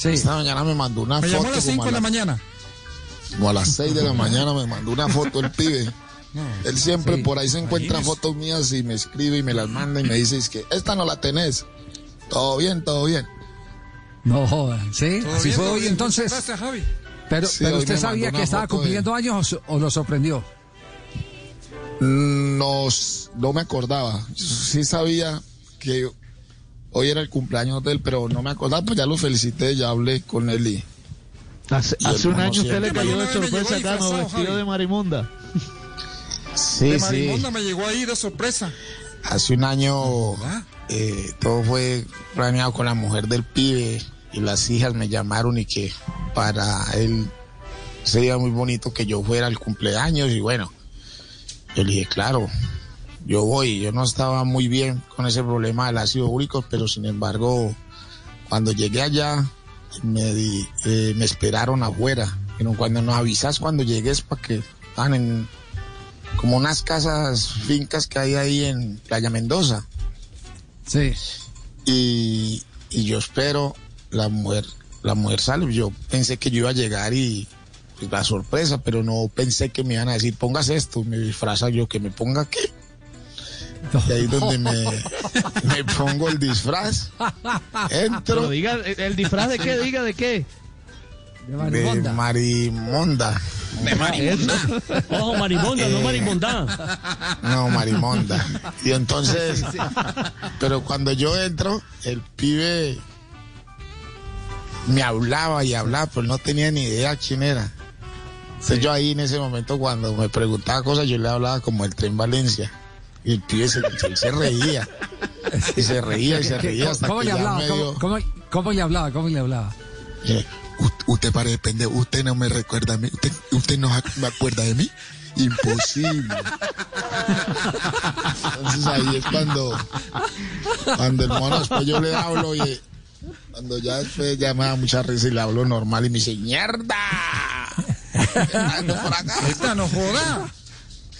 Sí. Esta mañana me mandó una Me foto. llamó a las 5 de como, la mañana. como a las 6 de la mañana me mandó una foto el pibe. Él siempre Sí. por ahí se encuentra Imagínese. fotos mías y me escribe y me las manda y me dice, es que esta no la tenés. Todo bien, todo bien. No jodan, ¿sí? Todo Así bien, fue todo hoy bien. entonces. Gracias, Javi. Pero, Sí, pero hoy usted me sabía mandó que una estaba foto de- cumpliendo años o, o lo sorprendió. Nos, no me acordaba. Sí sabía que hoy era el cumpleaños de él, pero no me acordaba, pues ya lo felicité, ya hablé con él y... Hace, Y hace un hermano año usted siempre. le cayó de Una vez me sorpresa llegó a Cano, disfrazado, vestido Javi. de marimunda. Sí, de Marimonda me llegó ahí de sorpresa. Ah. Hace un año ¿Verdad? eh, todo fue planeado con la mujer del pibe y las hijas me llamaron y que para él sería muy bonito que yo fuera al cumpleaños y bueno, yo le dije, claro, yo voy, yo no estaba muy bien con ese problema del ácido úrico, pero sin embargo, cuando llegué allá, me, di- eh, me esperaron afuera, pero cuando nos avisas cuando llegues para que están en como unas casas, fincas que hay ahí en Playa Mendoza. Sí. Y, y yo espero la mujer, la mujer sale. Yo pensé que yo iba a llegar y pues, la sorpresa, pero no pensé que me iban a decir, pongas esto, me disfraza yo, que me ponga qué. Y ahí es donde me, me pongo el disfraz, Pero entro diga, ¿el- ¿el disfraz de qué? Diga de qué. De de Marimonda. Marimonda. Eh. Ojo, marimonda, no marimonda. No, Marimonda. Y entonces, pero cuando yo entro, el pibe me hablaba y hablaba, pues no tenía ni idea quién era. Entonces yo ahí en ese momento cuando me preguntaba cosas, yo le hablaba como el tren Valencia. Y el pibe se, se- se reía. Y se reía y se reía hasta ¿Cómo que le ya hablaba? medio- ¿Cómo, cómo, cómo le hablaba? ¿Cómo le hablaba? eh, "U- Usted parece pendejo, usted no me recuerda a mí, usted, usted no ac- me acuerda de mí. Imposible. Entonces ahí es cuando, cuando el mono después yo le hablo y eh, cuando ya después ya me da mucha risa y le hablo normal y me dice, ¡mierda! Ando por acá". Esta no joda.